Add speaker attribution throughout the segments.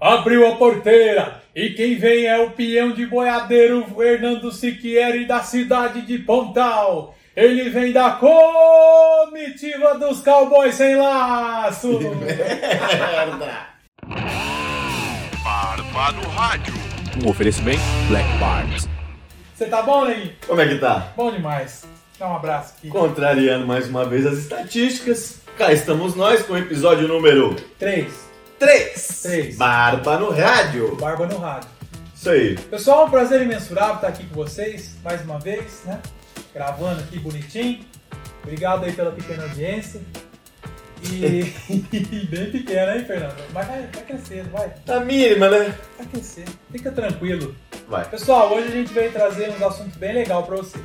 Speaker 1: Abriu a porteira e quem vem é o peão de boiadeiro Fernando Siquieri da cidade de Pontal. Ele vem da comitiva dos cowboys sem laço.
Speaker 2: Merda!
Speaker 3: Barba no rádio.
Speaker 4: Um oferecimento Black Barbs.
Speaker 1: Você tá bom, Lenin?
Speaker 2: Como é que tá?
Speaker 1: Bom demais. Dá um abraço aqui.
Speaker 2: Contrariando mais uma vez as estatísticas, cá estamos nós com o episódio número
Speaker 1: Três.
Speaker 2: 3.
Speaker 1: Três.
Speaker 2: Barba no rádio.
Speaker 1: Barba no rádio.
Speaker 2: Isso aí.
Speaker 1: Pessoal, é um prazer imensurável estar aqui com vocês mais uma vez, né? Gravando aqui bonitinho. Obrigado aí pela pequena audiência. E bem pequena, hein, Fernando? Mas vai, vai crescendo, vai,
Speaker 2: Tá mínima, né?
Speaker 1: vai crescendo. Fica tranquilo.
Speaker 2: Vai.
Speaker 1: Pessoal, hoje a gente veio trazer uns assuntos bem legal para vocês,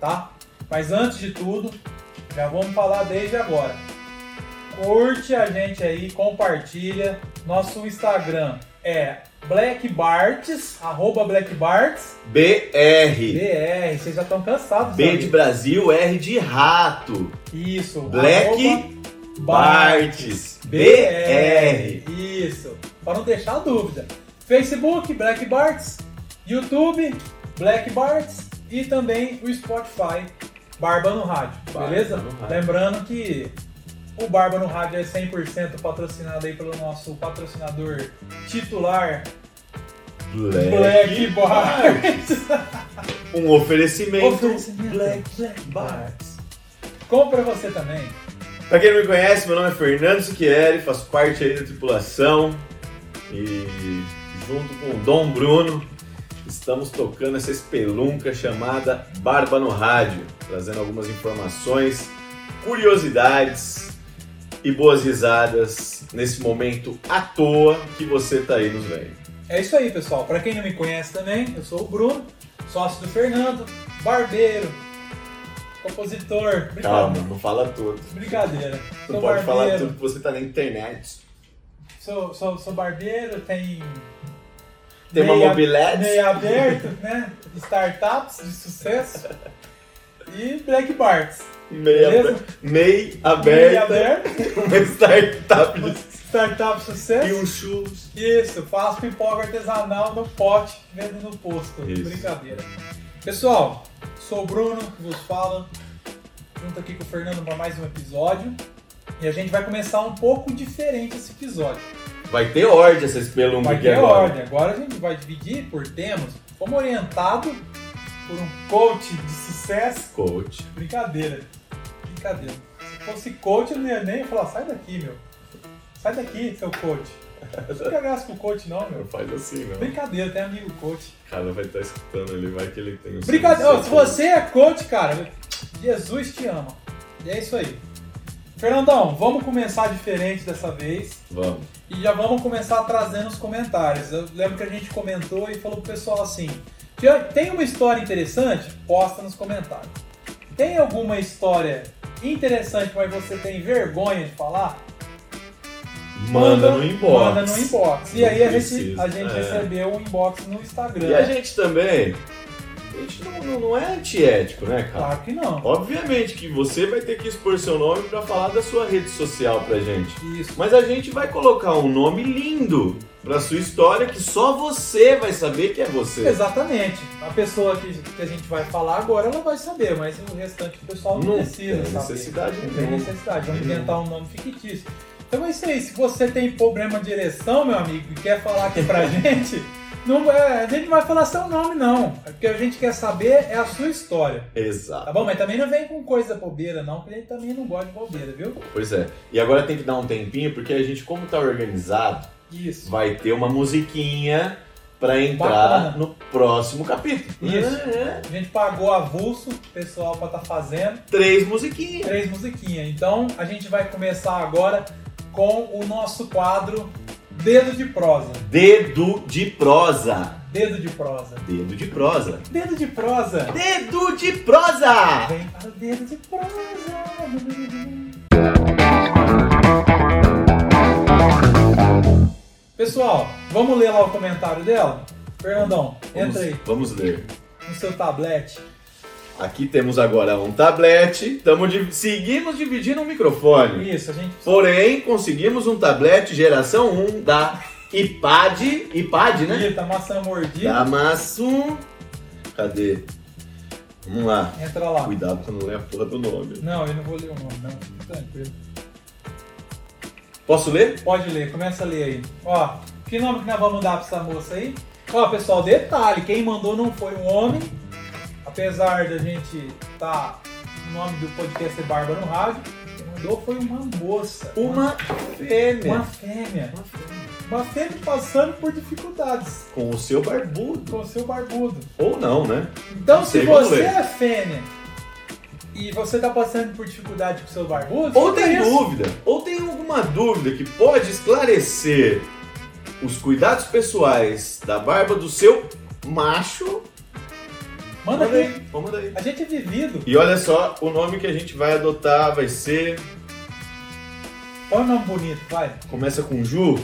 Speaker 1: tá? Mas antes de tudo, já vamos falar desde agora. Curte a gente aí, compartilha. Nosso Instagram é blackbarts, arroba blackbarts,
Speaker 2: BR.
Speaker 1: BR. Vocês já estão cansados.
Speaker 2: B
Speaker 1: sabe?
Speaker 2: de Brasil, R de rato.
Speaker 1: Isso.
Speaker 2: Black
Speaker 1: arroba
Speaker 2: Bartes.
Speaker 1: BR. Isso. Para não deixar dúvida. Facebook, Black Barts. YouTube, Black Barts. E também o Spotify, Barba no Rádio.
Speaker 2: Barba
Speaker 1: beleza?
Speaker 2: no Rádio.
Speaker 1: Lembrando que o Barba no Rádio é 100% patrocinado aí pelo nosso patrocinador titular,
Speaker 2: Black,
Speaker 1: Black
Speaker 2: Bar.
Speaker 1: Barts.
Speaker 2: Um oferecimento,
Speaker 1: Oferecimento
Speaker 2: Black.
Speaker 1: Barts. Compra você também.
Speaker 2: Pra quem não me conhece, meu nome é Fernando Siquieri, faço parte aí da tripulação e junto com o Dom Bruno estamos tocando essa espelunca chamada Barba no Rádio, trazendo algumas informações, curiosidades e boas risadas nesse momento à toa que você tá aí nos vendo.
Speaker 1: É isso aí, pessoal. Pra quem não me conhece também, eu sou o Bruno, sócio do Fernando, barbeiro, compositor.
Speaker 2: Calma,
Speaker 1: Brincadeira.
Speaker 2: não fala tudo.
Speaker 1: Brincadeira.
Speaker 2: Não
Speaker 1: Sou
Speaker 2: pode falar
Speaker 1: barbeiro,
Speaker 2: tudo que você tá na internet.
Speaker 1: sou, sou, sou barbeiro, tem.
Speaker 2: Tem uma
Speaker 1: meia-
Speaker 2: mobilete.
Speaker 1: Meio aberto, né? Startups de sucesso. E Black Barts.
Speaker 2: Meia,
Speaker 1: Beleza?
Speaker 2: meia
Speaker 1: Meio
Speaker 2: aberta,
Speaker 1: aberto,
Speaker 2: uma startup de
Speaker 1: startup de
Speaker 2: E
Speaker 1: sucesso.
Speaker 2: os churros.
Speaker 1: Isso, faço pipoca artesanal no pote, vendo no posto.
Speaker 2: Isso.
Speaker 1: Brincadeira. Pessoal, sou o Bruno, que vos fala, junto aqui com o Fernando para mais um episódio. E a gente vai começar um pouco diferente esse episódio.
Speaker 2: Vai ter ordem essa espelunca
Speaker 1: Vai
Speaker 2: aqui
Speaker 1: ter
Speaker 2: agora.
Speaker 1: ordem. Agora a gente vai dividir por temas. Fomos orientados por um coach de sucesso.
Speaker 2: Coach.
Speaker 1: Brincadeira. Brincadeira. Se fosse coach, eu não ia nem falar, sai daqui, meu. Sai daqui, seu coach. Não fica graça com o coach, não, meu.
Speaker 2: Não faz assim, não.
Speaker 1: Brincadeira, tem amigo coach.
Speaker 2: O cara vai estar escutando ele, vai que ele tem um
Speaker 1: Brincadeira, Ó, se
Speaker 2: serviço.
Speaker 1: você é coach, cara, Jesus te ama. E é isso aí. Fernandão, vamos começar diferente dessa vez.
Speaker 2: Vamos.
Speaker 1: E já vamos começar trazendo os comentários. Eu lembro que a gente comentou e falou pro pessoal assim: "Tiago, tem uma história interessante? Posta nos comentários. Tem alguma história interessante, mas você tem vergonha de falar?
Speaker 2: Manda, no inbox.
Speaker 1: Manda no inbox. E
Speaker 2: Não
Speaker 1: aí a gente,
Speaker 2: precisa,
Speaker 1: a gente
Speaker 2: é.
Speaker 1: recebeu um inbox no
Speaker 2: E a
Speaker 1: Instagram.
Speaker 2: gente também. A gente não, não, não é antiético, né, cara?
Speaker 1: Claro que não.
Speaker 2: Obviamente que você vai ter que expor seu nome pra falar da sua rede social pra gente.
Speaker 1: Isso.
Speaker 2: Mas a gente vai colocar um nome lindo pra sua história que só você vai saber que é você.
Speaker 1: Exatamente. A pessoa que, que a gente vai falar agora, ela vai saber, mas o restante do pessoal não,
Speaker 2: Não
Speaker 1: precisa
Speaker 2: tem
Speaker 1: saber.
Speaker 2: necessidade
Speaker 1: Não tem
Speaker 2: nenhuma. Uhum.
Speaker 1: necessidade. Vamos
Speaker 2: Nenhuma.
Speaker 1: inventar um nome fictício. Então é isso aí. Se você tem problema de ereção, meu amigo, e quer falar aqui pra gente, não, é, a gente não vai falar seu nome, não. O que a gente quer saber é a sua história.
Speaker 2: Exato.
Speaker 1: Tá bom? Mas também não vem com coisa bobeira, não, porque a gente também não gosta de bobeira, viu?
Speaker 2: Pois é. E agora tem que dar um tempinho, porque a gente, como tá organizado,
Speaker 1: Isso.
Speaker 2: vai ter uma musiquinha pra entrar
Speaker 1: Bacana.
Speaker 2: no próximo capítulo.
Speaker 1: Isso.
Speaker 2: É, é.
Speaker 1: A gente pagou avulso, o pessoal pra tá fazendo.
Speaker 2: Três musiquinhas.
Speaker 1: três musiquinhas. Então a gente vai começar agora com o nosso quadro Dedo de Prosa.
Speaker 2: Dedo de prosa.
Speaker 1: Dedo de Prosa.
Speaker 2: Dedo de prosa.
Speaker 1: Dedo de Prosa.
Speaker 2: Dedo de prosa!
Speaker 1: Vem para o Dedo de Prosa. Pessoal, vamos ler lá o comentário dela? Fernandão,
Speaker 2: Vamos,
Speaker 1: entra aí
Speaker 2: vamos ler.
Speaker 1: no seu tablete.
Speaker 2: Aqui temos agora um tablete. Tamo di- seguimos dividindo o microfone.
Speaker 1: Isso, a gente
Speaker 2: Porém, conseguimos um tablete geração 1 da iPad, iPad, né?
Speaker 1: Mordida, tá maçã mordida.
Speaker 2: Damassum. Cadê? Vamos lá.
Speaker 1: Entra lá.
Speaker 2: Cuidado pra não ler a porra do nome.
Speaker 1: Não, eu não vou ler o nome, não. Tá, Fica Tranquilo.
Speaker 2: Posso ler?
Speaker 1: Pode ler, começa a ler aí. Ó, que nome que nós vamos dar pra essa moça aí? Ó, pessoal, detalhe, quem mandou não foi um homem. Apesar da gente tá. O nome do podcast é Bárbara no Rádio. Quem mandou foi uma moça.
Speaker 2: Uma fêmea.
Speaker 1: Uma fêmea. Uma fêmea passando por dificuldades.
Speaker 2: Com o seu barbudo.
Speaker 1: Com o seu barbudo.
Speaker 2: Ou não, né?
Speaker 1: Então,
Speaker 2: Não
Speaker 1: se
Speaker 2: sei como
Speaker 1: você
Speaker 2: ler.
Speaker 1: é fêmea e você tá passando por dificuldade com seu barbudo,
Speaker 2: Ou tem
Speaker 1: isso.
Speaker 2: dúvida, ou tem alguma dúvida que pode esclarecer os cuidados pessoais da barba do seu macho,
Speaker 1: Manda aqui.
Speaker 2: Vamos daí.
Speaker 1: A gente é vivido.
Speaker 2: E olha só, o nome que a gente vai adotar vai ser.
Speaker 1: Olha o nome bonito, vai.
Speaker 2: Começa com Ju.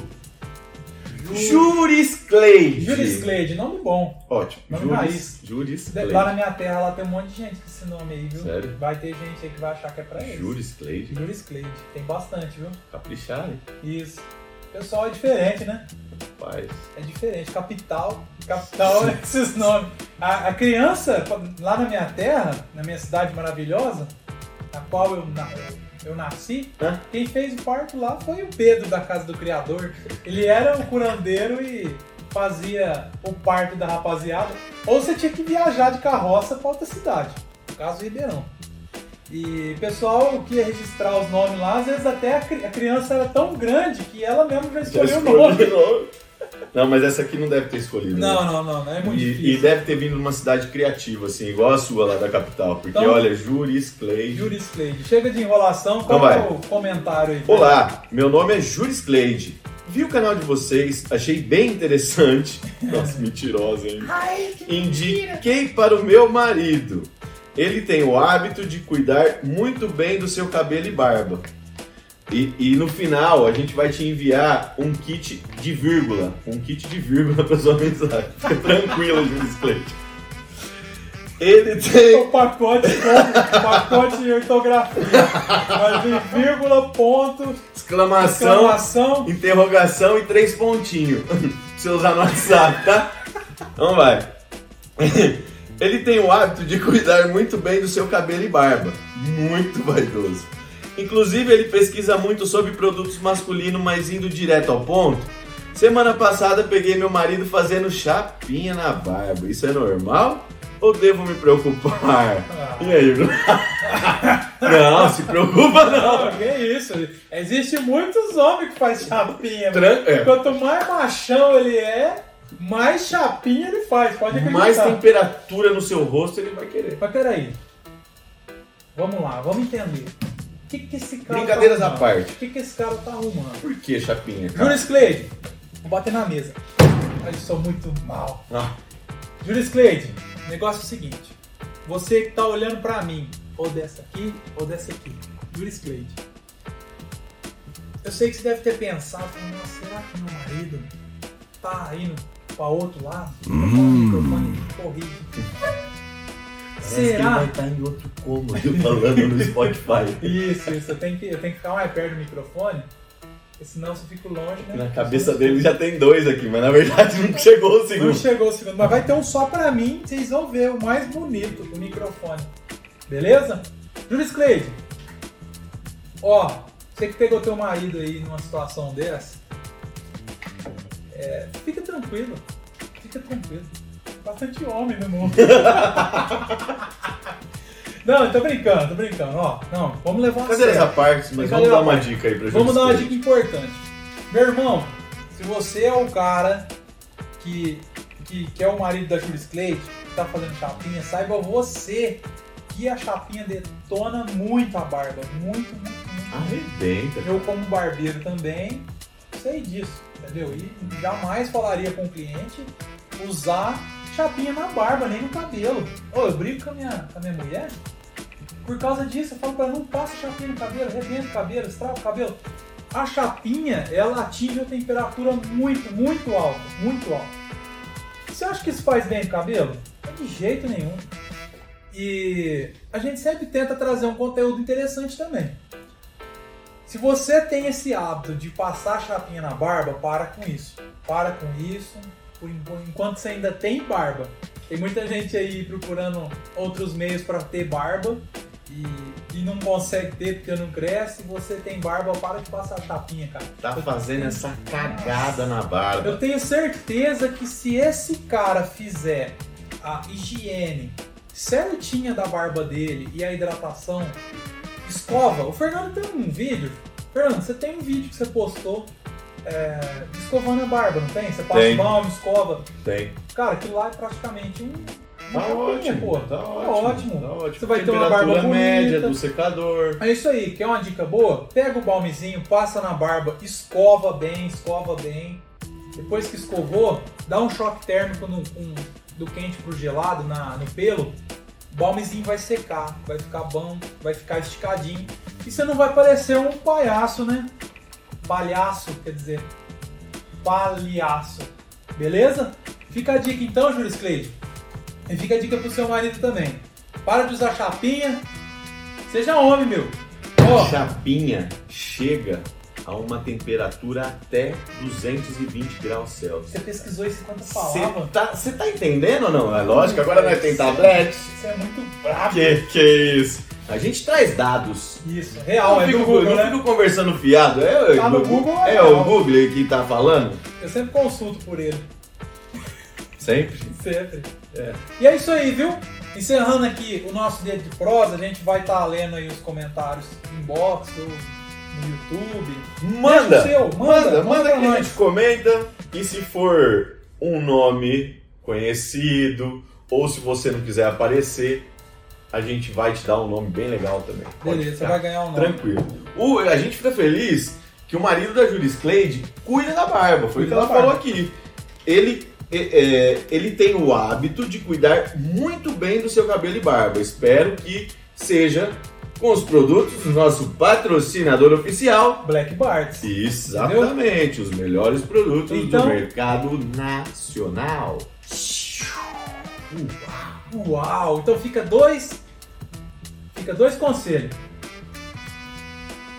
Speaker 2: Juriscleide.
Speaker 1: Juris Cleide, nome bom.
Speaker 2: Ótimo.
Speaker 1: Nome
Speaker 2: Juris,
Speaker 1: raiz.
Speaker 2: Juriscleide.
Speaker 1: Lá na minha terra, lá tem um monte de gente com esse nome aí, viu?
Speaker 2: Sério?
Speaker 1: Vai ter gente aí que vai achar que é pra eles.
Speaker 2: Juriscleide.
Speaker 1: Juris Cleide. Tem bastante, viu?
Speaker 2: né? Caprichar, hein?
Speaker 1: Isso. O pessoal é diferente, né?
Speaker 2: Rapaz.
Speaker 1: É diferente. Capital, capital é esses nomes. A, a criança, lá na minha terra, na minha cidade maravilhosa, na qual eu, na- eu nasci,
Speaker 2: Hã?
Speaker 1: quem fez o parto lá foi o Pedro da Casa do Criador. Ele era um curandeiro e fazia o parto da rapaziada. Ou você tinha que viajar de carroça para outra cidade, no caso Ribeirão. E pessoal que ia registrar os nomes lá, às vezes até a, cri- a criança era tão grande que ela mesmo já
Speaker 2: Já
Speaker 1: escolheu o nome.
Speaker 2: escolhi o nome. Não, mas essa aqui não deve ter escolhido. né?
Speaker 1: Não, não, não, não é muito
Speaker 2: E, e
Speaker 1: difícil.
Speaker 2: deve ter vindo de uma cidade criativa, assim, igual a sua lá da capital. Porque
Speaker 1: Então-
Speaker 2: olha, Juris Cleide.
Speaker 1: Juris Cleide, chega de enrolação,
Speaker 2: Então
Speaker 1: qual é
Speaker 2: vai.
Speaker 1: o comentário aí?
Speaker 2: Olá, meu nome é Juris Cleide. Vi o canal de vocês, achei bem interessante. Nossa, mentirosa, hein? Indiquei para o meu marido. Ele tem o hábito de cuidar muito bem do seu cabelo e barba. E, e no final a gente vai te enviar um kit de vírgula. Um kit de vírgula para sua mensagem. Fica tranquila, Juris Cleide. Ele tem
Speaker 1: O pacote, com- pacote de ortografia. Mas em vírgula, ponto,
Speaker 2: Exclamação,
Speaker 1: exclamação.
Speaker 2: interrogação e três pontinhos. Se você usar no WhatsApp, tá? Então vai. Ele tem o hábito de cuidar muito bem do seu cabelo e barba. Muito vaidoso. Inclusive, ele pesquisa muito sobre produtos masculinos, mas indo direto ao ponto. Semana passada peguei meu marido fazendo chapinha na barba. Isso é normal? Ou devo me preocupar?
Speaker 1: Ah,
Speaker 2: E aí, Bruno? Não, se preocupa né? não.
Speaker 1: não, que isso? Existe muitos homens que faz chapinha. mano.
Speaker 2: Tran- é,
Speaker 1: Quanto mais machão ele é, mais chapinha ele faz. Pode acreditar.
Speaker 2: mais temperatura no seu rosto ele vai querer.
Speaker 1: Mas peraí. Vamos lá, vamos entender. O que, que esse cara
Speaker 2: Brincadeiras
Speaker 1: tá
Speaker 2: à
Speaker 1: arrumando?
Speaker 2: parte.
Speaker 1: O que, que esse cara tá arrumando?
Speaker 2: Por que, Chapinha? cara?
Speaker 1: Juris Cleide, vou bater na mesa. Ai, sou muito mal.
Speaker 2: Ah,
Speaker 1: Juris Cleide, o negócio é o seguinte. Você que tá olhando pra mim, ou dessa aqui, ou dessa aqui. Juris Cleide. Eu sei que você deve ter pensado, nossa, será que meu marido tá indo pra outro lado? Hum. Corrige. Será?
Speaker 2: estar tá em outro cômodo falando no Spotify.
Speaker 1: Isso, isso. Eu tenho, que, eu tenho que ficar mais perto do microfone, porque senão se eu fico longe, né?
Speaker 2: Na cabeça dele já tem dois aqui, mas na verdade não chegou o
Speaker 1: Não
Speaker 2: segundo.
Speaker 1: chegou o segundo, mas vai ter um só pra mim, vocês vão ver o mais bonito do microfone. Beleza? Juris Cleide, ó, você que pegou teu marido aí numa situação dessa, é, fica tranquilo, fica tranquilo. Tem Bastante homem no mundo. Não, eu tô brincando, tô brincando, ó. Não, vamos levar a
Speaker 2: Cadê
Speaker 1: sério.
Speaker 2: essa parte? Mas vamos dar uma dica aí pra gente.
Speaker 1: Vamos dar uma dica importante. Meu irmão, se você é o cara que, que, que é o marido da Juris Cleide, que tá fazendo chapinha, saiba você que a chapinha detona muito a barba. Muito, muito, muito.
Speaker 2: Arrebenta.
Speaker 1: Eu, como barbeiro também, sei disso, entendeu? E jamais falaria com o cliente usar chapinha na barba, nem no cabelo. Ô, eu brigo com a minha, com a minha mulher por causa disso. Eu falo pra ela, não passa chapinha no cabelo, arrebenta o cabelo, estraga o cabelo. A chapinha, ela atinge a temperatura muito, muito alta, muito alta. Você acha que isso faz bem pro cabelo? É De jeito nenhum. E a gente sempre tenta trazer um conteúdo interessante também. Se você tem esse hábito de passar a chapinha na barba, para com isso. Para com isso. Por enqu- enquanto você ainda tem barba. Tem muita gente aí procurando outros meios para ter barba e, e não consegue ter porque não cresce. Você tem barba, para de passar tapinha, cara.
Speaker 2: Tá fazendo essa cagada na barba.
Speaker 1: Eu tenho certeza que se esse cara fizer a higiene certinha da barba dele e a hidratação, escova. O Fernando tem um vídeo. Fernando, você tem um vídeo que você postou é, escovando a barba, não tem? Você passa
Speaker 2: Tem.
Speaker 1: balme, escova.
Speaker 2: Tem.
Speaker 1: Cara, aquilo lá é praticamente um. uma
Speaker 2: Tá
Speaker 1: chapinha,
Speaker 2: ótimo,
Speaker 1: pô.
Speaker 2: tá,
Speaker 1: Tá
Speaker 2: ótimo. Tá ótimo.
Speaker 1: Você vai ter uma barba
Speaker 2: Temperatura
Speaker 1: bonita.
Speaker 2: média do secador.
Speaker 1: É isso aí, quer uma dica boa? Pega o balmezinho, passa na barba, escova bem, escova bem. Depois que escovou, dá um choque térmico no- com- do quente pro gelado na- no pelo. O balmezinho vai secar, vai ficar bom, vai ficar esticadinho. E você não vai parecer um palhaço, né? Palhaço, quer dizer, palhaço. Beleza? Fica a dica então, Júlio Cleide. E fica a dica pro seu marido também. Para de usar chapinha. Seja homem, meu. Ó,
Speaker 2: A chapinha chega a uma temperatura até 220 graus Celsius.
Speaker 1: Você pesquisou isso enquanto
Speaker 2: Você
Speaker 1: falava.
Speaker 2: tá, cê tá entendendo ou não? É lógico, agora nós tem tablete.
Speaker 1: Isso é muito brabo.
Speaker 2: Que que é isso? A gente traz dados.
Speaker 1: Isso, real, é
Speaker 2: não
Speaker 1: do
Speaker 2: fico,
Speaker 1: Google,
Speaker 2: não
Speaker 1: né?
Speaker 2: fico conversando fiado. É,
Speaker 1: Tá
Speaker 2: é,
Speaker 1: no
Speaker 2: o-
Speaker 1: Google, é
Speaker 2: é o
Speaker 1: real.
Speaker 2: Google que tá falando?
Speaker 1: Eu sempre consulto por ele.
Speaker 2: Sempre.
Speaker 1: Sempre.
Speaker 2: É.
Speaker 1: E é isso aí, viu? Encerrando aqui o nosso dedo de prosa, a gente vai estar lendo aí os comentários inbox, ou no YouTube.
Speaker 2: Manda!
Speaker 1: Deixa o seu,
Speaker 2: Manda, manda,
Speaker 1: pra
Speaker 2: que a
Speaker 1: nós.
Speaker 2: gente comenta. E se for um nome conhecido, ou se você não quiser aparecer, a gente vai te dar um nome bem legal também. Pode
Speaker 1: Beleza, você
Speaker 2: ficar
Speaker 1: vai ganhar um nome.
Speaker 2: Tranquilo. O- a gente fica feliz que o marido da Julis Cleide cuida da barba. Foi o
Speaker 1: Cuida
Speaker 2: que ela
Speaker 1: da barba.
Speaker 2: falou aqui. Ele, é, é, ele tem o hábito de cuidar muito bem do seu cabelo e barba. Espero que seja com os produtos do nosso patrocinador oficial,
Speaker 1: Black Bards.
Speaker 2: Exatamente, os melhores produtos
Speaker 1: Então-
Speaker 2: do mercado nacional.
Speaker 1: Uau! Então fica dois. Fica dois conselhos.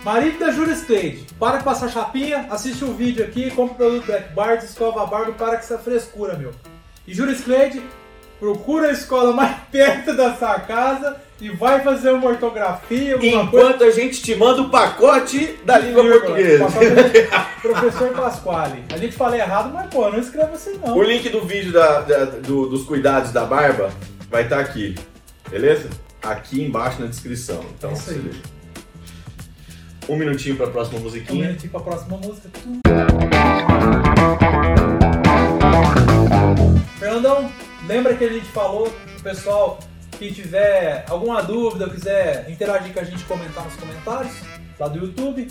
Speaker 1: Marido da Jura Stage, para de passar chapinha, assiste o vídeo aqui, compra o produto Black Bards, escova a barba, para com essa frescura, meu. E Jura Stage, procura a escola mais perto da sua casa e vai fazer uma ortografia, alguma coisa. é
Speaker 2: Enquanto a gente te manda o pacote da língua
Speaker 1: Vírgula.
Speaker 2: portuguesa.
Speaker 1: Professor Pasquale. A gente fala errado, mas pô, não escreva assim não.
Speaker 2: O link do vídeo da- da- do- dos cuidados da barba vai estar aqui, beleza? Aqui embaixo na descrição. Então,
Speaker 1: É isso aí.
Speaker 2: você- um minutinho para a próxima
Speaker 1: Um
Speaker 2: musiquinha.
Speaker 1: minutinho pra próxima música. Tum. Fernandão, lembra que a gente falou, o pessoal que tiver alguma dúvida ou quiser interagir com a gente, comentar nos comentários lá do YouTube.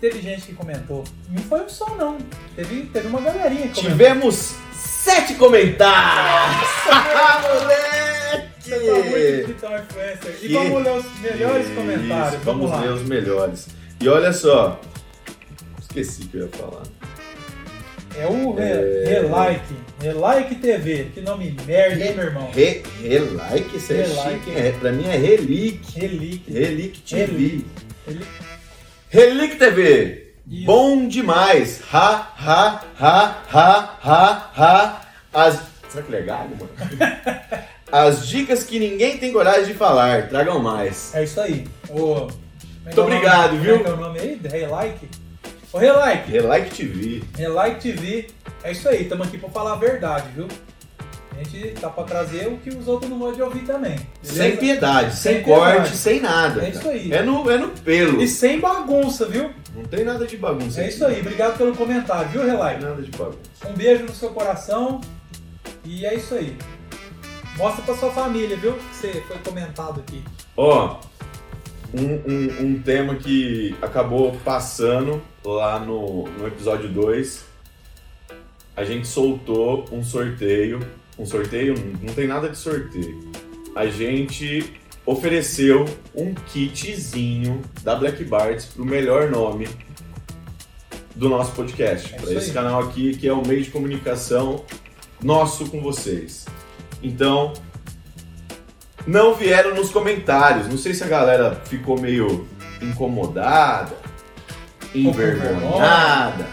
Speaker 1: Teve gente que comentou. Não foi um som, não. Teve, teve uma galerinha que comentou.
Speaker 2: Tivemos sete comentários! Ah,
Speaker 1: Você tá muito
Speaker 2: Moleque!
Speaker 1: digital influencer. E
Speaker 2: Que-
Speaker 1: vamos ler os melhores
Speaker 2: Isso,
Speaker 1: comentários. Vamos,
Speaker 2: Vamos
Speaker 1: lá.
Speaker 2: ler os melhores. E olha só. Esqueci o que eu ia falar.
Speaker 1: É o Re- Relike. Relike TV. Que nome merda, hein, meu irmão?
Speaker 2: Re, relike, isso é
Speaker 1: Relike.
Speaker 2: chique. É, pra mim é Relique.
Speaker 1: Relique.
Speaker 2: Relique TV.
Speaker 1: Relique.
Speaker 2: Relique TV.
Speaker 1: Isso.
Speaker 2: Bom demais. Ha, ha, ha, ha, ha, ha. As... Será que legal, mano? As dicas que ninguém tem coragem de falar. Tragam mais.
Speaker 1: É isso aí. Ô, como é que
Speaker 2: Muito
Speaker 1: é o nome?
Speaker 2: obrigado,
Speaker 1: Como
Speaker 2: viu?
Speaker 1: É que é o nome aí? Relike? Ô, Relike!
Speaker 2: Relike TV.
Speaker 1: Relike TV. É isso aí, estamos aqui para falar a verdade, viu? A gente tá para trazer o que os outros não gostam de ouvir também. beleza?
Speaker 2: Sem piedade, sem,
Speaker 1: é- Sem
Speaker 2: corte,
Speaker 1: piedade.
Speaker 2: sem nada.
Speaker 1: É isso
Speaker 2: cara.
Speaker 1: aí.
Speaker 2: É no, é no pelo.
Speaker 1: E sem bagunça, viu?
Speaker 2: Não tem nada de bagunça.
Speaker 1: É
Speaker 2: aqui.
Speaker 1: isso aí. Obrigado pelo comentário, viu,
Speaker 2: Não tem
Speaker 1: Relike?
Speaker 2: nada de bagunça.
Speaker 1: Um beijo no seu coração. E é isso aí. Mostra pra sua família, viu? Que você foi comentado aqui.
Speaker 2: Ó, um, um, um tema que acabou passando lá no, no episódio 2. A gente soltou um sorteio. Um sorteio? Não tem nada de sorteio. A gente ofereceu um kitzinho da Black Bards pro melhor nome do nosso podcast.
Speaker 1: É
Speaker 2: pra
Speaker 1: isso
Speaker 2: esse
Speaker 1: aí.
Speaker 2: canal aqui, que é o meio de comunicação nosso com vocês. Então, não vieram nos comentários. Não sei se a galera ficou meio incomodada,
Speaker 1: com vergonha.
Speaker 2: envergonhada,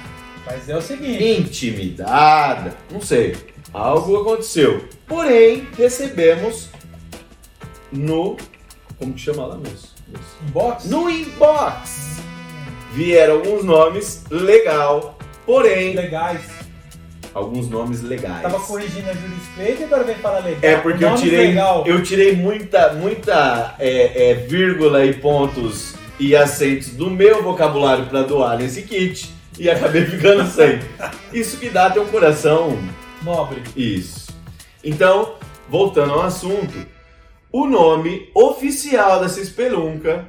Speaker 1: Mas é o seguinte,
Speaker 2: intimidada, não sei. Algo aconteceu. Porém, recebemos no. Como que chama lá mesmo?
Speaker 1: inbox,
Speaker 2: No inbox vieram alguns nomes legal, porém,
Speaker 1: legais.
Speaker 2: alguns nomes legais.
Speaker 1: Tava corrigindo a jurisprudência e agora vem falar legal.
Speaker 2: É porque eu
Speaker 1: Nome
Speaker 2: tirei,
Speaker 1: Legal.
Speaker 2: eu tirei muita, muita é, é, vírgula e pontos e acentos do meu vocabulário para doar nesse kit e acabei ficando sem. Isso que dá teu coração.
Speaker 1: Nobre.
Speaker 2: Isso. Então, voltando ao assunto, o nome oficial dessa espelunca,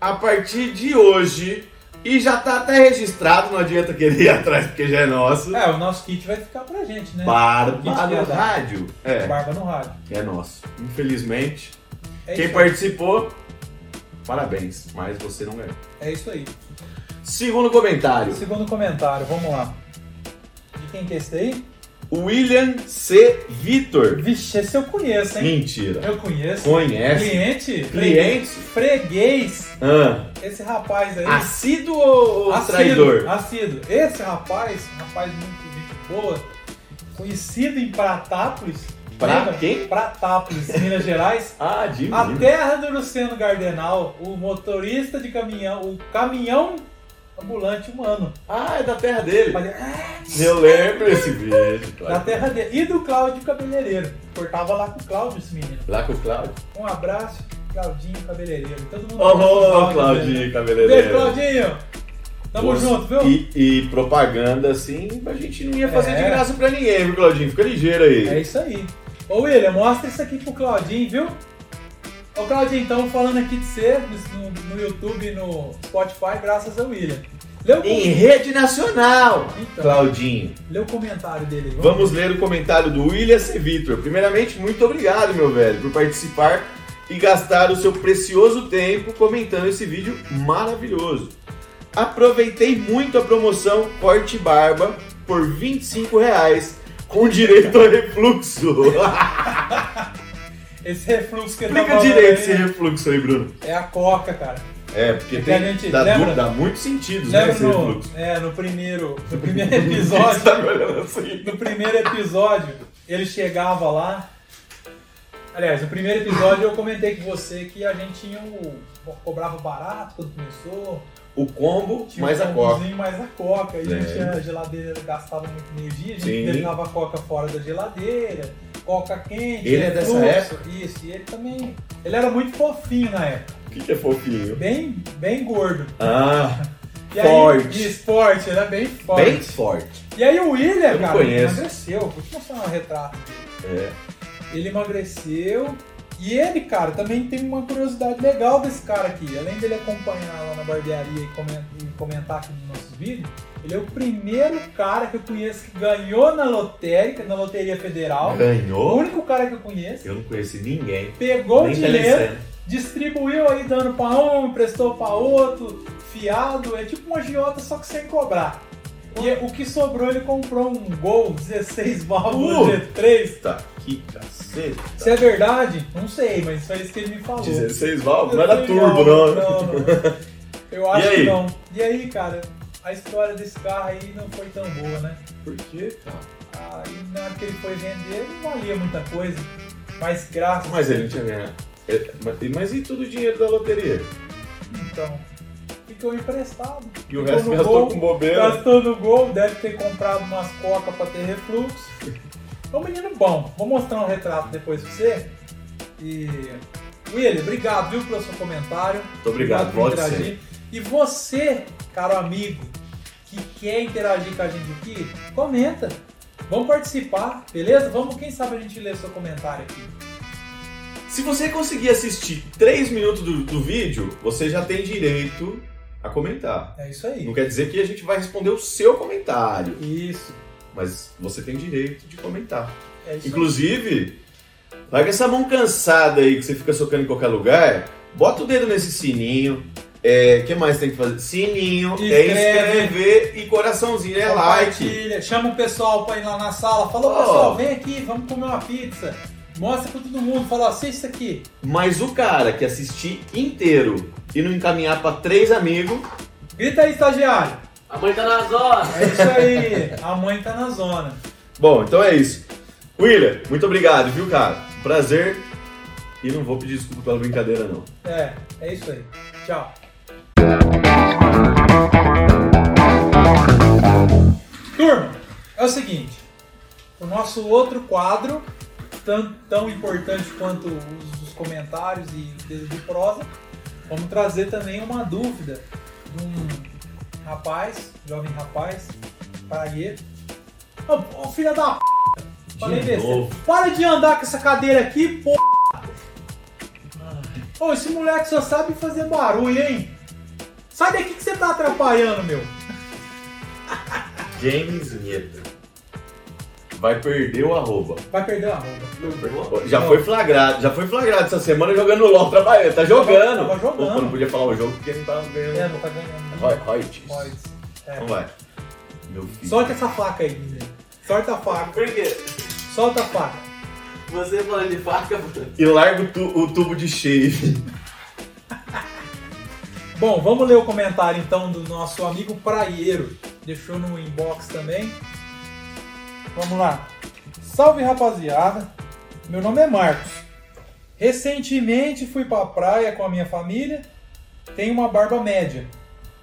Speaker 2: a partir de hoje, e já tá até registrado, não adianta querer ir atrás porque já é nosso.
Speaker 1: É, o nosso kit vai ficar pra gente, né?
Speaker 2: Barba
Speaker 1: Isso
Speaker 2: no
Speaker 1: que é
Speaker 2: Rádio. É,
Speaker 1: Barba no rádio.
Speaker 2: é nosso. Infelizmente,
Speaker 1: É
Speaker 2: quem
Speaker 1: isso,
Speaker 2: participou, parabéns, mas você não ganhou.
Speaker 1: é isso aí.
Speaker 2: Segundo comentário,
Speaker 1: Segundo comentário, vamos lá. De quem que é esse daí?
Speaker 2: William C. Vitor.
Speaker 1: Vixe, esse eu conheço, hein?
Speaker 2: Mentira.
Speaker 1: Eu conheço.
Speaker 2: Conhece?
Speaker 1: Cliente?
Speaker 2: Cliente?
Speaker 1: Freguês.
Speaker 2: Ah.
Speaker 1: Esse rapaz aí.
Speaker 2: Assíduo ou
Speaker 1: É. Assíduo,
Speaker 2: traidor?
Speaker 1: Assíduo. Esse rapaz, um rapaz muito gente boa, conhecido em Pratápolis.
Speaker 2: Pra
Speaker 1: lembra?
Speaker 2: quem?
Speaker 1: Pratápolis, Minas Gerais.
Speaker 2: Ah, de
Speaker 1: A
Speaker 2: mim.
Speaker 1: terra do Luciano Gardenal, o motorista de caminhão, o caminhão ambulante humano.
Speaker 2: Ah, é da terra dele.
Speaker 1: Fazia, "Ah",
Speaker 2: Eu lembro esse vídeo.
Speaker 1: da
Speaker 2: claro.
Speaker 1: terra dele. E do Cláudio Cabeleireiro. Cortava lá com o Cláudio esse menino.
Speaker 2: Lá com o Cláudio.
Speaker 1: Um abraço, Claudinho Cabeleireiro. Todo mundo
Speaker 2: Oh,
Speaker 1: conhece o né?
Speaker 2: Claudinho,
Speaker 1: Beijo,
Speaker 2: cabeleireiro.
Speaker 1: Claudinho. Tamo
Speaker 2: Os-
Speaker 1: junto, viu?
Speaker 2: E, e propaganda, assim, a gente não ia fazer
Speaker 1: É.
Speaker 2: de graça pra ninguém, viu, Claudinho? Fica ligeiro aí.
Speaker 1: É isso aí. Ô William, mostra isso aqui pro Claudinho, viu? Ô Claudinho, estamos falando aqui de você no, no YouTube e no Spotify, graças ao William. Lê o,
Speaker 2: Em rede nacional,
Speaker 1: Então.
Speaker 2: Claudinho.
Speaker 1: lê o comentário dele. Vamos.
Speaker 2: Vamos ler o comentário do William C. Vitor. Primeiramente, muito obrigado, meu velho, por participar e gastar o seu precioso tempo comentando esse vídeo maravilhoso. Aproveitei muito a promoção Corte e Barba por R$ 25 reais, com direito a refluxo.
Speaker 1: Esse refluxo que ele tá
Speaker 2: Explica
Speaker 1: falando
Speaker 2: é direito
Speaker 1: aí
Speaker 2: esse refluxo aí, Bruno.
Speaker 1: É a coca, cara.
Speaker 2: É, porque
Speaker 1: É que
Speaker 2: tem,
Speaker 1: a gente-
Speaker 2: dá,
Speaker 1: lembra?
Speaker 2: du- dá muitos sentidos, né,
Speaker 1: Lembra
Speaker 2: esse
Speaker 1: no,
Speaker 2: refluxo.
Speaker 1: é, no primeiro, no primeiro
Speaker 2: Você tá
Speaker 1: episódio,
Speaker 2: me olhando assim.
Speaker 1: no primeiro episódio, ele chegava lá. Aliás, no primeiro episódio eu comentei com você que a gente tinha o cobrava barato quando começou,
Speaker 2: O combo
Speaker 1: tinha
Speaker 2: mais
Speaker 1: um
Speaker 2: a coca.
Speaker 1: combozinho mais a coca, e a gente
Speaker 2: É.
Speaker 1: tinha a geladeira gastava muita energia, a
Speaker 2: Sim.
Speaker 1: gente deixava a coca fora da geladeira, coca quente.
Speaker 2: Ele é dessa
Speaker 1: refluxo, Isso, e ele também, ele era muito fofinho na época,
Speaker 2: O que que é fofinho?
Speaker 1: bem, bem gordo.
Speaker 2: Ah,
Speaker 1: E
Speaker 2: Forte.
Speaker 1: Aí, e esporte, era bem forte.
Speaker 2: bem forte.
Speaker 1: E aí o William,
Speaker 2: Eu não
Speaker 1: cara,
Speaker 2: conheço.
Speaker 1: emagreceu. Vou te mostrar um retrato.
Speaker 2: É.
Speaker 1: Ele emagreceu. E ele, cara, também tem uma curiosidade legal desse cara aqui. Além dele acompanhar lá na barbearia e comen- e comentar aqui nos nossos vídeos, ele é o primeiro cara que eu conheço que ganhou na lotérica, na Loteria Federal. O
Speaker 2: Ganhou?
Speaker 1: único cara que eu conheço.
Speaker 2: Eu não conheci ninguém.
Speaker 1: Pegou o
Speaker 2: nem
Speaker 1: dinheiro,
Speaker 2: telecena.
Speaker 1: distribuiu aí dando pra um, emprestou pra outro, fiado, é tipo uma agiota só que sem cobrar. E o que sobrou ele comprou um gol 16 válvulas
Speaker 2: Uh!
Speaker 1: G3.
Speaker 2: Tá, que caceta.
Speaker 1: Se é verdade, não sei, mas foi isso que ele me falou.
Speaker 2: 16 válvulas? Não
Speaker 1: Eu
Speaker 2: era
Speaker 1: sei
Speaker 2: Ah, turbo, não.
Speaker 1: Eu acho
Speaker 2: E aí?
Speaker 1: que não. E aí, cara, a história desse carro aí não foi tão boa, né?
Speaker 2: Por que, cara?
Speaker 1: Aí na hora que ele foi vender, não valia muita coisa. Mas graças
Speaker 2: Mas ele não tinha ganhado. É, Mas, mas e todo o dinheiro da loteria?
Speaker 1: Então, ficou emprestado.
Speaker 2: E o
Speaker 1: Ficou
Speaker 2: resto
Speaker 1: no
Speaker 2: gastou
Speaker 1: gol.
Speaker 2: com bobeira?
Speaker 1: Gastou no gol, deve ter comprado umas coca pra ter refluxo. É um menino bom. Vou mostrar um retrato depois pra você. E. William, obrigado, viu, pelo seu comentário.
Speaker 2: Muito obrigado,
Speaker 1: por
Speaker 2: volte sempre.
Speaker 1: interagir. E você, caro amigo, que quer interagir com a gente aqui, comenta. Vamos participar, beleza? Vamos, quem sabe a gente lê seu comentário aqui.
Speaker 2: Se você conseguir assistir 3 minutos do, do vídeo, você já tem direito a comentar.
Speaker 1: É isso aí.
Speaker 2: Não quer dizer que a gente vai responder o seu comentário,
Speaker 1: Isso.
Speaker 2: mas você tem direito de comentar.
Speaker 1: É isso aí.
Speaker 2: Inclusive, larga essa mão cansada aí que você fica socando em qualquer lugar. Bota o dedo nesse sininho. É, que mais tem que fazer? Sininho, é
Speaker 1: Escreve.
Speaker 2: inscrever e coraçãozinho, é like.
Speaker 1: Compartilha, Chama o pessoal pra ir lá na sala. Falou,
Speaker 2: Ó.
Speaker 1: pessoal, vem aqui, vamos comer uma pizza. Mostra pra todo mundo, fala, assiste isso aqui.
Speaker 2: Mas o cara que assistir inteiro e não encaminhar pra três amigos,
Speaker 1: Grita aí, estagiário.
Speaker 3: A mãe tá na zona.
Speaker 1: É isso aí, a mãe tá na zona.
Speaker 2: Bom, então é isso. William, muito obrigado, viu, cara? Prazer. E não vou pedir desculpa pela brincadeira, não.
Speaker 1: É, é isso aí. Tchau. Turma, é o seguinte. O nosso outro quadro, tão, tão importante quanto os, os comentários e o dedo de prosa, vamos trazer também uma dúvida de um rapaz, jovem rapaz, pragueiro. Ô, ô, filha da p... Falei
Speaker 2: De
Speaker 1: besteira.
Speaker 2: novo.
Speaker 1: Para de andar com essa cadeira aqui, porra! Ô, esse moleque só sabe fazer barulho, hein? Sai daqui que você tá atrapalhando, meu.
Speaker 2: James Nieta. Vai perder o arroba.
Speaker 1: Vai perder a roupa.
Speaker 2: Já foi flagrado, já foi flagrado essa semana jogando LOL, trabalhando, tá jogando.
Speaker 1: Tava jogando.
Speaker 2: Pô, não podia falar o jogo porque não tava ganhando.
Speaker 1: É, não tá ganhando.
Speaker 2: Roy, Roy, tio.
Speaker 1: Pode. É.
Speaker 2: Então vai. Meu filho.
Speaker 1: Solta essa faca aí, menino. Solta a faca.
Speaker 3: Por quê?
Speaker 1: Solta a faca.
Speaker 3: Você falando de faca, mano.
Speaker 2: E larga o, tu- o tubo de shave.
Speaker 1: Bom, vamos ler o comentário então do nosso amigo Praieiro. Deixou no inbox também. Vamos lá. Salve rapaziada, meu nome é Marcos. Recentemente fui pra praia com a minha família. Tenho uma barba média.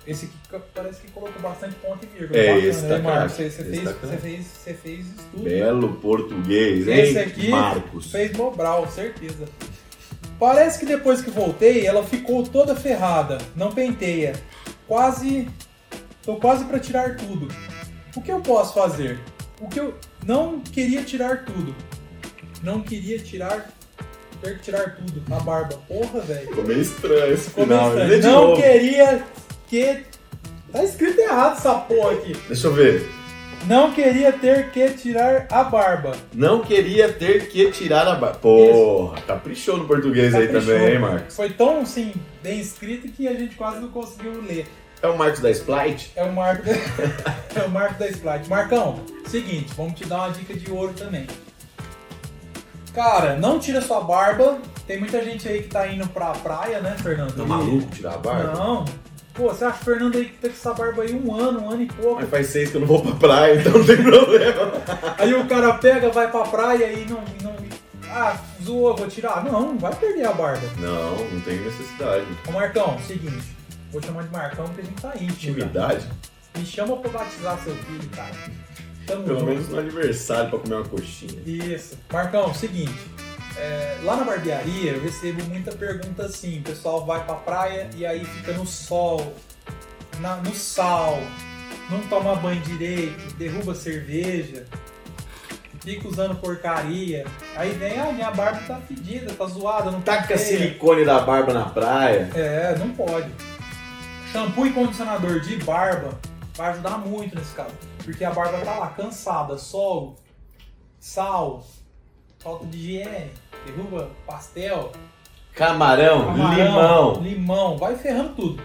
Speaker 1: Esse aqui co- parece que colocou bastante ponto e vírgula.
Speaker 2: É,
Speaker 1: Bacana,
Speaker 2: esse
Speaker 1: né,
Speaker 2: tá
Speaker 1: Marcos?
Speaker 2: craque.
Speaker 1: Você, você
Speaker 2: Esse
Speaker 1: fez,
Speaker 2: tá
Speaker 1: você,
Speaker 2: craque.
Speaker 1: fez, você fez estudo.
Speaker 2: Belo português, hein?
Speaker 1: Esse aqui
Speaker 2: Marcos.
Speaker 1: fez Mobral, certeza. Parece que depois que voltei, ela ficou toda ferrada, não penteia. Quase. Tô quase pra tirar tudo. O que eu posso fazer? O que eu. Não queria tirar tudo. Não queria tirar. Ter que tirar tudo. A barba. Porra, velho.
Speaker 2: Ficou meio estranho esse
Speaker 1: Ficou
Speaker 2: final.
Speaker 1: meio
Speaker 2: Lê
Speaker 1: estranho.
Speaker 2: de
Speaker 1: Não
Speaker 2: novo.
Speaker 1: queria que. Tá escrito errado essa porra aqui.
Speaker 2: Deixa eu ver.
Speaker 1: Não queria ter que tirar a barba.
Speaker 2: Não queria ter que tirar a barba. Porra, caprichou no português aí
Speaker 1: Caprichou.
Speaker 2: também, hein, Marcos?
Speaker 1: Foi tão, assim, bem escrito que a gente quase não conseguiu ler.
Speaker 2: É o Marcos da Splite?
Speaker 1: É o marco, é o marco da Splite. Marcão, seguinte, vamos te dar uma dica de ouro também. Cara, não tira sua barba. Tem muita gente aí que tá indo pra praia, né, Fernando?
Speaker 2: Tá
Speaker 1: E-
Speaker 2: maluco tirar a barba?
Speaker 1: Não. Pô, você acha que o Fernando aí que tá com essa barba aí um ano, um ano e pouco.
Speaker 2: Mas faz seis que eu não vou pra praia, então não tem problema.
Speaker 1: Aí o cara pega, vai pra praia e não... e não ah, zoou, vou tirar. Não, não vai perder a barba.
Speaker 2: Não, não tem necessidade.
Speaker 1: Ô Marcão, seguinte. Vou chamar de Marcão porque a gente tá íntimo. cara.
Speaker 2: Intimidade?
Speaker 1: Me chama pra batizar seu filho, cara. Tamo
Speaker 2: Pelo
Speaker 1: junto.
Speaker 2: menos no aniversário pra comer uma coxinha.
Speaker 1: Isso. Marcão, seguinte. é, lá na barbearia eu recebo muita pergunta assim. O pessoal vai pra praia e aí fica no sol, na- no sal, não toma banho direito, derruba cerveja, fica usando porcaria. Aí vem, ah, minha barba tá fedida, tá zoada, não
Speaker 2: Taca
Speaker 1: penteia."
Speaker 2: silicone da barba na praia.
Speaker 1: É, não pode. Shampoo e condicionador de barba vai ajudar muito nesse caso. Porque a barba tá lá, cansada, sol, sal, falta de higiene, derruba pastel,
Speaker 2: Camarão,
Speaker 1: camarão,
Speaker 2: limão.
Speaker 1: limão, vai ferrando tudo.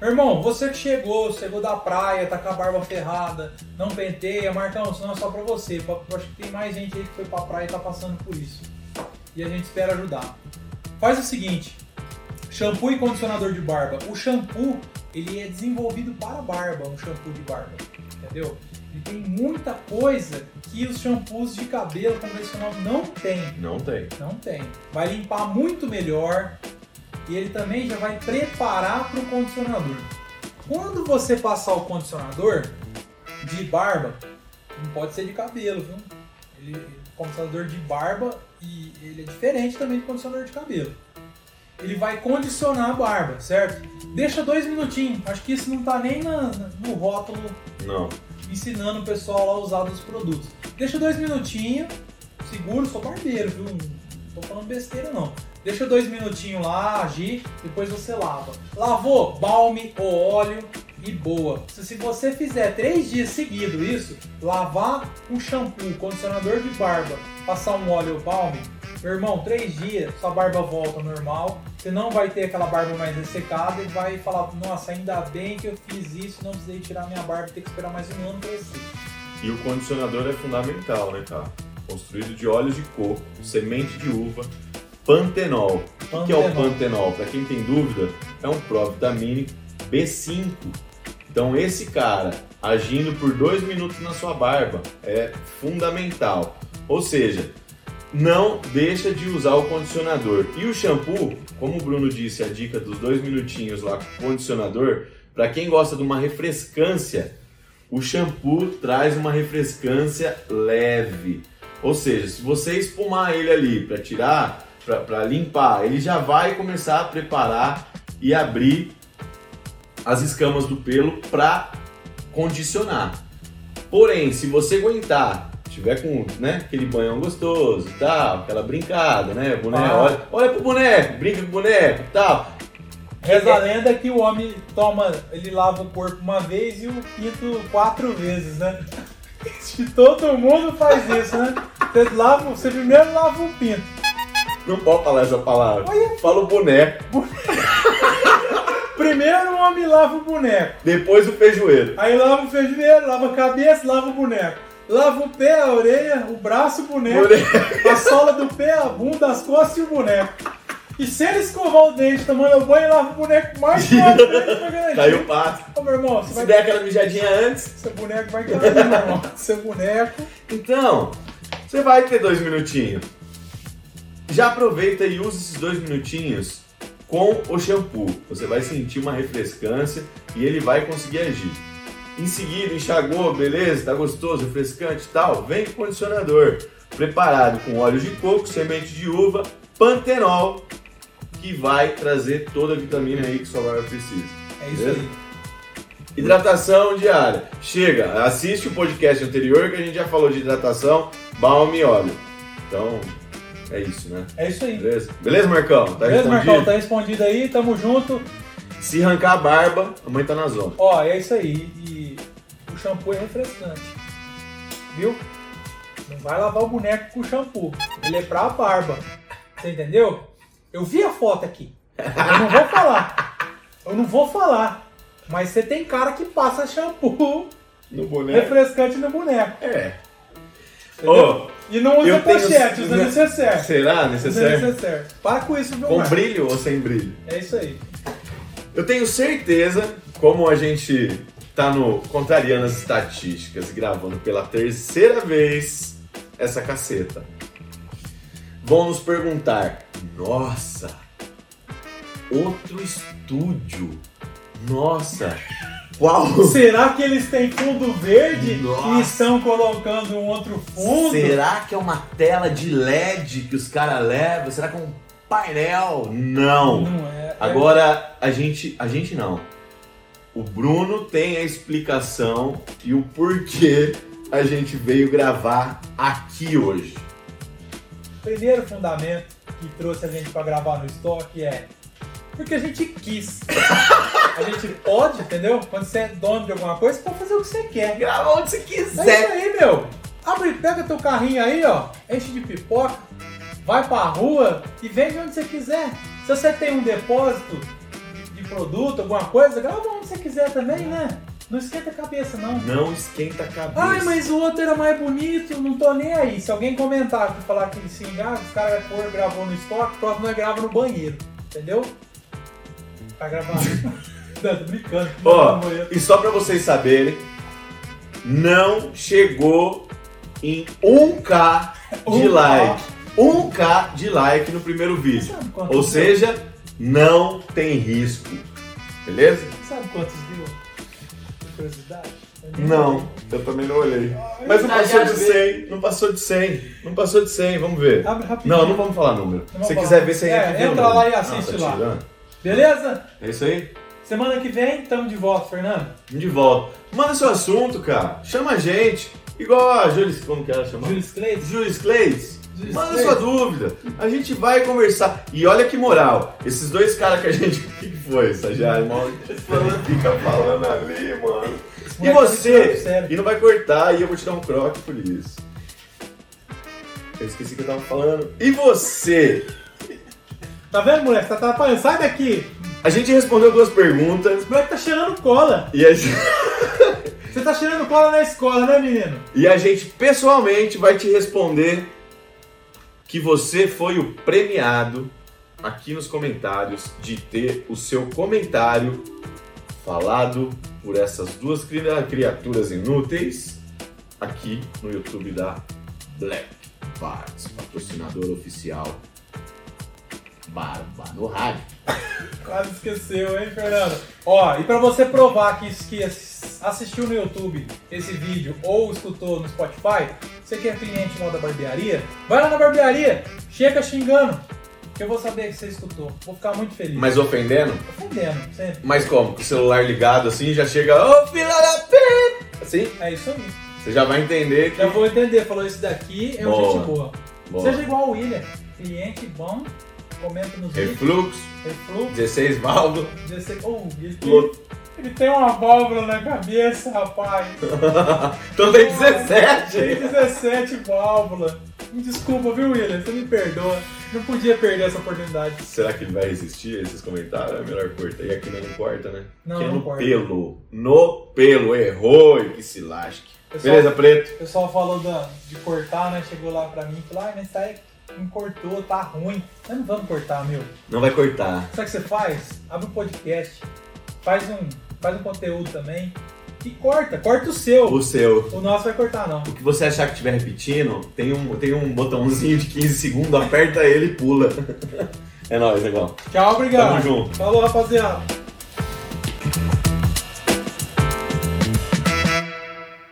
Speaker 1: Meu irmão, você que chegou, chegou da praia, tá com a barba ferrada, não penteia, Marcão, isso não é só pra você. pra- pra- Acho que tem mais gente aí que foi pra praia e tá passando por isso. E a gente espera ajudar. Faz o seguinte, shampoo e condicionador de barba. O shampoo, ele é desenvolvido para barba, um shampoo de barba, entendeu? Ele tem muita coisa que os shampoos de cabelo convencional não tem.
Speaker 2: Não tem.
Speaker 1: Não tem. Vai limpar muito melhor e ele também já vai preparar para o condicionador. Quando você passar o condicionador de barba, não pode ser de cabelo, viu? Ele, o condicionador de barba e ele é diferente também do condicionador de cabelo. Ele vai condicionar a barba, certo? Deixa dois minutinhos. Acho que isso não tá nem na- na- no rótulo
Speaker 2: Não.
Speaker 1: ensinando o pessoal lá a usar dos produtos. Deixa dois minutinhos, seguro, sou barbeiro, viu? Não tô falando besteira não. Deixa dois minutinhos lá, agir, depois você lava. Lavou, balme ou óleo e boa. Se, se você fizer três dias seguido isso, lavar um shampoo, condicionador de barba, passar um óleo ou balme, meu irmão, três dias, sua barba volta ao normal, você não vai ter aquela barba mais ressecada e vai falar, nossa, ainda bem que eu fiz isso, não precisei tirar minha barba, ter que esperar mais um ano pra isso.
Speaker 2: E o condicionador é fundamental, né, cara? Construído de óleos de coco, semente de uva, pantenol. O que é o
Speaker 1: Pantenol.
Speaker 2: pantenol? Pra quem tem dúvida, é um provitamínico B5 Então esse cara agindo por dois minutos na sua barba é fundamental. Ou seja, não deixa de usar o condicionador. E o shampoo, como o Bruno disse, a dica dos dois minutinhos lá com o condicionador, para quem gosta de uma refrescância, o shampoo traz uma refrescância leve. Ou seja, se você espumar ele ali para tirar, para limpar, ele já vai começar a preparar e abrir as escamas do pelo para condicionar. Porém, se você aguentar, tiver com né, aquele banhão gostoso e tal, aquela brincada, né? Boneco,
Speaker 1: Ah.
Speaker 2: olha, olha pro boneco, brinca com o boneco e tal.
Speaker 1: Reza a lenda que o homem toma, ele lava o corpo uma vez e o pinto quatro vezes, né? Se todo mundo faz isso, né? Você, lava, você primeiro lava o pinto.
Speaker 2: Não pode falar essa palavra.
Speaker 1: Olha.
Speaker 2: Fala o boneco,
Speaker 1: Primeiro o homem lava o boneco.
Speaker 2: depois o feijoeiro.
Speaker 1: Aí lava o feijão, lava a cabeça, lava o boneco. Lava o pé, a orelha, o braço, o boneco. A sola do pé, a bunda, as costas e o boneco. E se ele escovar o dente tomando banho, lava o boneco mais rápido ainda pra garantir.
Speaker 2: Caiu o passo.
Speaker 1: Ô, meu irmão, você
Speaker 2: Se
Speaker 1: vai...
Speaker 2: der aquela mijadinha antes.
Speaker 1: Seu boneco vai cair, meu irmão. Seu boneco...
Speaker 2: Então, você vai ter dois minutinhos. Já aproveita e usa esses dois minutinhos com o shampoo. Você vai sentir uma refrescância e ele vai conseguir agir. Em seguida, enxagou, beleza, tá gostoso, refrescante e tal. Vem com condicionador preparado com óleo de coco, semente de uva, pantenol, que vai trazer toda a vitamina aí que sua barba precisa.
Speaker 1: É isso aí.
Speaker 2: Hidratação diária. Chega, assiste o podcast anterior que a gente já falou de hidratação, balme e óleo. Então, é isso, né?
Speaker 1: É isso aí.
Speaker 2: Beleza? Beleza, Marcão? Tá
Speaker 1: Beleza,
Speaker 2: respondido?
Speaker 1: Marcão? Tá respondido aí, tamo junto.
Speaker 2: Se arrancar a barba, a mãe tá na zona.
Speaker 1: Ó, é isso aí. E o shampoo é refrescante. Viu? Não vai lavar o boneco com shampoo. Ele é pra barba. Você entendeu? Eu vi a foto aqui. Eu não vou falar. Eu não vou falar. Mas você tem cara que passa shampoo
Speaker 2: No boneco?
Speaker 1: refrescante no boneco.
Speaker 2: É.
Speaker 1: entendeu?
Speaker 2: Ô,
Speaker 1: E não usa
Speaker 2: eu tenho-
Speaker 1: pochete, usa necessário.
Speaker 2: será necessário?
Speaker 1: Isso é certo. Para com isso, meu
Speaker 2: Com
Speaker 1: Marcos.
Speaker 2: brilho ou sem brilho?
Speaker 1: É isso aí.
Speaker 2: Eu tenho certeza, como a gente tá no Contrariando as Estatísticas, gravando pela terceira vez essa caceta, vão nos perguntar: nossa, outro estúdio, nossa, qual
Speaker 1: Será que eles têm fundo verde
Speaker 2: Nossa.
Speaker 1: e estão colocando um outro fundo?
Speaker 2: Será que é uma tela de LED que os caras levam? Será que é um painel? Não!
Speaker 1: Não é.
Speaker 2: Agora, a gente. A gente não. O Bruno tem a explicação e o porquê a gente veio gravar aqui hoje.
Speaker 1: O primeiro fundamento que trouxe a gente pra gravar no estoque é porque a gente quis. a gente pode, entendeu? Quando você é dono de alguma coisa, você pode fazer o que você quer.
Speaker 2: Grava onde você
Speaker 1: É isso aí, meu. Abre, pega teu carrinho aí, ó, enche de pipoca, vai pra rua e vende onde você quiser. Se você tem um depósito de- de produto, alguma coisa, grava onde você quiser também, né? Não esquenta a cabeça, não.
Speaker 2: Não esquenta a cabeça.
Speaker 1: Ai, mas o outro era mais bonito, não tô nem aí. Se alguém comentar que falar que se engana, os caras foram gravou no estoque, o próximo nós grava no banheiro, entendeu? Tá gravando. não, tô brincando.
Speaker 2: Ó.
Speaker 1: No banheiro.
Speaker 2: E só pra vocês saberem, não chegou em 1K de
Speaker 1: Um
Speaker 2: like. 1K de like no primeiro
Speaker 1: Você
Speaker 2: vídeo.
Speaker 1: sabe quantos
Speaker 2: Ou
Speaker 1: deu?
Speaker 2: seja, não tem risco. Beleza?
Speaker 1: Você Sabe quantos deu? Por Curiosidade? Eu nem
Speaker 2: Não,
Speaker 1: sei.
Speaker 2: eu também não olhei. Mas não passou de 100, não passou de 100, não passou de 100, vamos ver.
Speaker 1: Abre rapidinho.
Speaker 2: Não, não vamos falar número. Se
Speaker 1: vamos
Speaker 2: você
Speaker 1: falar.
Speaker 2: quiser ver, você
Speaker 1: É,
Speaker 2: entra. e vê o
Speaker 1: entra
Speaker 2: número.
Speaker 1: lá e assiste
Speaker 2: Ah, tá
Speaker 1: lá.
Speaker 2: tirando.
Speaker 1: Beleza?
Speaker 2: É isso aí?
Speaker 1: Semana que vem, tamo de volta, Fernando.
Speaker 2: Vamos de volta. Manda seu assunto, cara. Chama a gente. Igual a Júlia, como que ela chama?
Speaker 1: Jules Cleiton.
Speaker 2: Júlia Cleis.
Speaker 1: Júlia
Speaker 2: Manda
Speaker 1: Cleis.
Speaker 2: sua dúvida. A gente vai conversar. E olha que moral. Esses dois caras que a gente. O que que foi, Sajari? Fica falando ali, mano.
Speaker 1: Esse
Speaker 2: E
Speaker 1: moleque é muito
Speaker 2: você?
Speaker 1: sério.
Speaker 2: E não vai cortar, e eu vou te dar um croque por isso. Eu esqueci o que eu tava falando. E você?
Speaker 1: Tá vendo, moleque? Você tá atrapalhando. Sai daqui.
Speaker 2: A gente respondeu duas perguntas
Speaker 1: Esse moleque tá cheirando cola.
Speaker 2: e a gente,
Speaker 1: Você tá cheirando cola na escola, né, menino?
Speaker 2: e a gente pessoalmente vai te responder que você foi o premiado aqui nos comentários de ter o seu comentário falado por essas duas cria- criaturas inúteis aqui no YouTube da Black Parts, patrocinador oficial Barba no Rádio.
Speaker 1: Quase esqueceu, hein, Fernando? Ó, e pra você provar que, que ass- assistiu no YouTube esse vídeo ou escutou no Spotify, você que é cliente lá da barbearia, vai lá na barbearia, chega xingando, que eu vou saber que você escutou. Vou ficar muito feliz.
Speaker 2: Mas ofendendo?
Speaker 1: Ofendendo, sempre.
Speaker 2: Mas como? Com o celular ligado assim, já chega, ô filha da p... Assim,
Speaker 1: É isso aí.
Speaker 2: você já vai entender que...
Speaker 1: Já vou entender. Falou, esse daqui é um
Speaker 2: Boa.
Speaker 1: gente boa.
Speaker 2: Bom,
Speaker 1: Seja igual o William, cliente bom, comenta nos vídeos,
Speaker 2: refluxo,
Speaker 1: refluxo,
Speaker 2: 16 É válvulas,
Speaker 1: desse... Oh, ele,
Speaker 2: Lu-
Speaker 1: ele tem uma válvula na cabeça, rapaz.
Speaker 2: então tem 17!
Speaker 1: Tem 17 válvulas. Me desculpa, viu, William? Você me perdoa. Não podia perder essa oportunidade.
Speaker 2: Será que ele vai resistir a esses comentários? É melhor cortar. E aqui não importa, né?
Speaker 1: Não,
Speaker 2: Aqui é
Speaker 1: não
Speaker 2: no
Speaker 1: corta.
Speaker 2: pelo. No pelo. Errou e que se lasque.
Speaker 1: Pessoal-
Speaker 2: Beleza, preto?
Speaker 1: O pessoal falou da- de cortar, né? Chegou lá pra mim e falou: ai, mas tá aí, não cortou, tá ruim. Mas não vamos cortar, meu.
Speaker 2: Não vai cortar.
Speaker 1: Sabe o que você faz? Abre um podcast, faz um, faz um conteúdo também e corta. Corta o seu.
Speaker 2: O seu.
Speaker 1: O nosso vai cortar, não.
Speaker 2: O que você achar que estiver repetindo, tem um, tem um botãozinho de 15 segundos, aperta ele e pula. É nóis, legal.
Speaker 1: Tchau, obrigado.
Speaker 2: Tamo junto.
Speaker 1: Falou, rapaziada.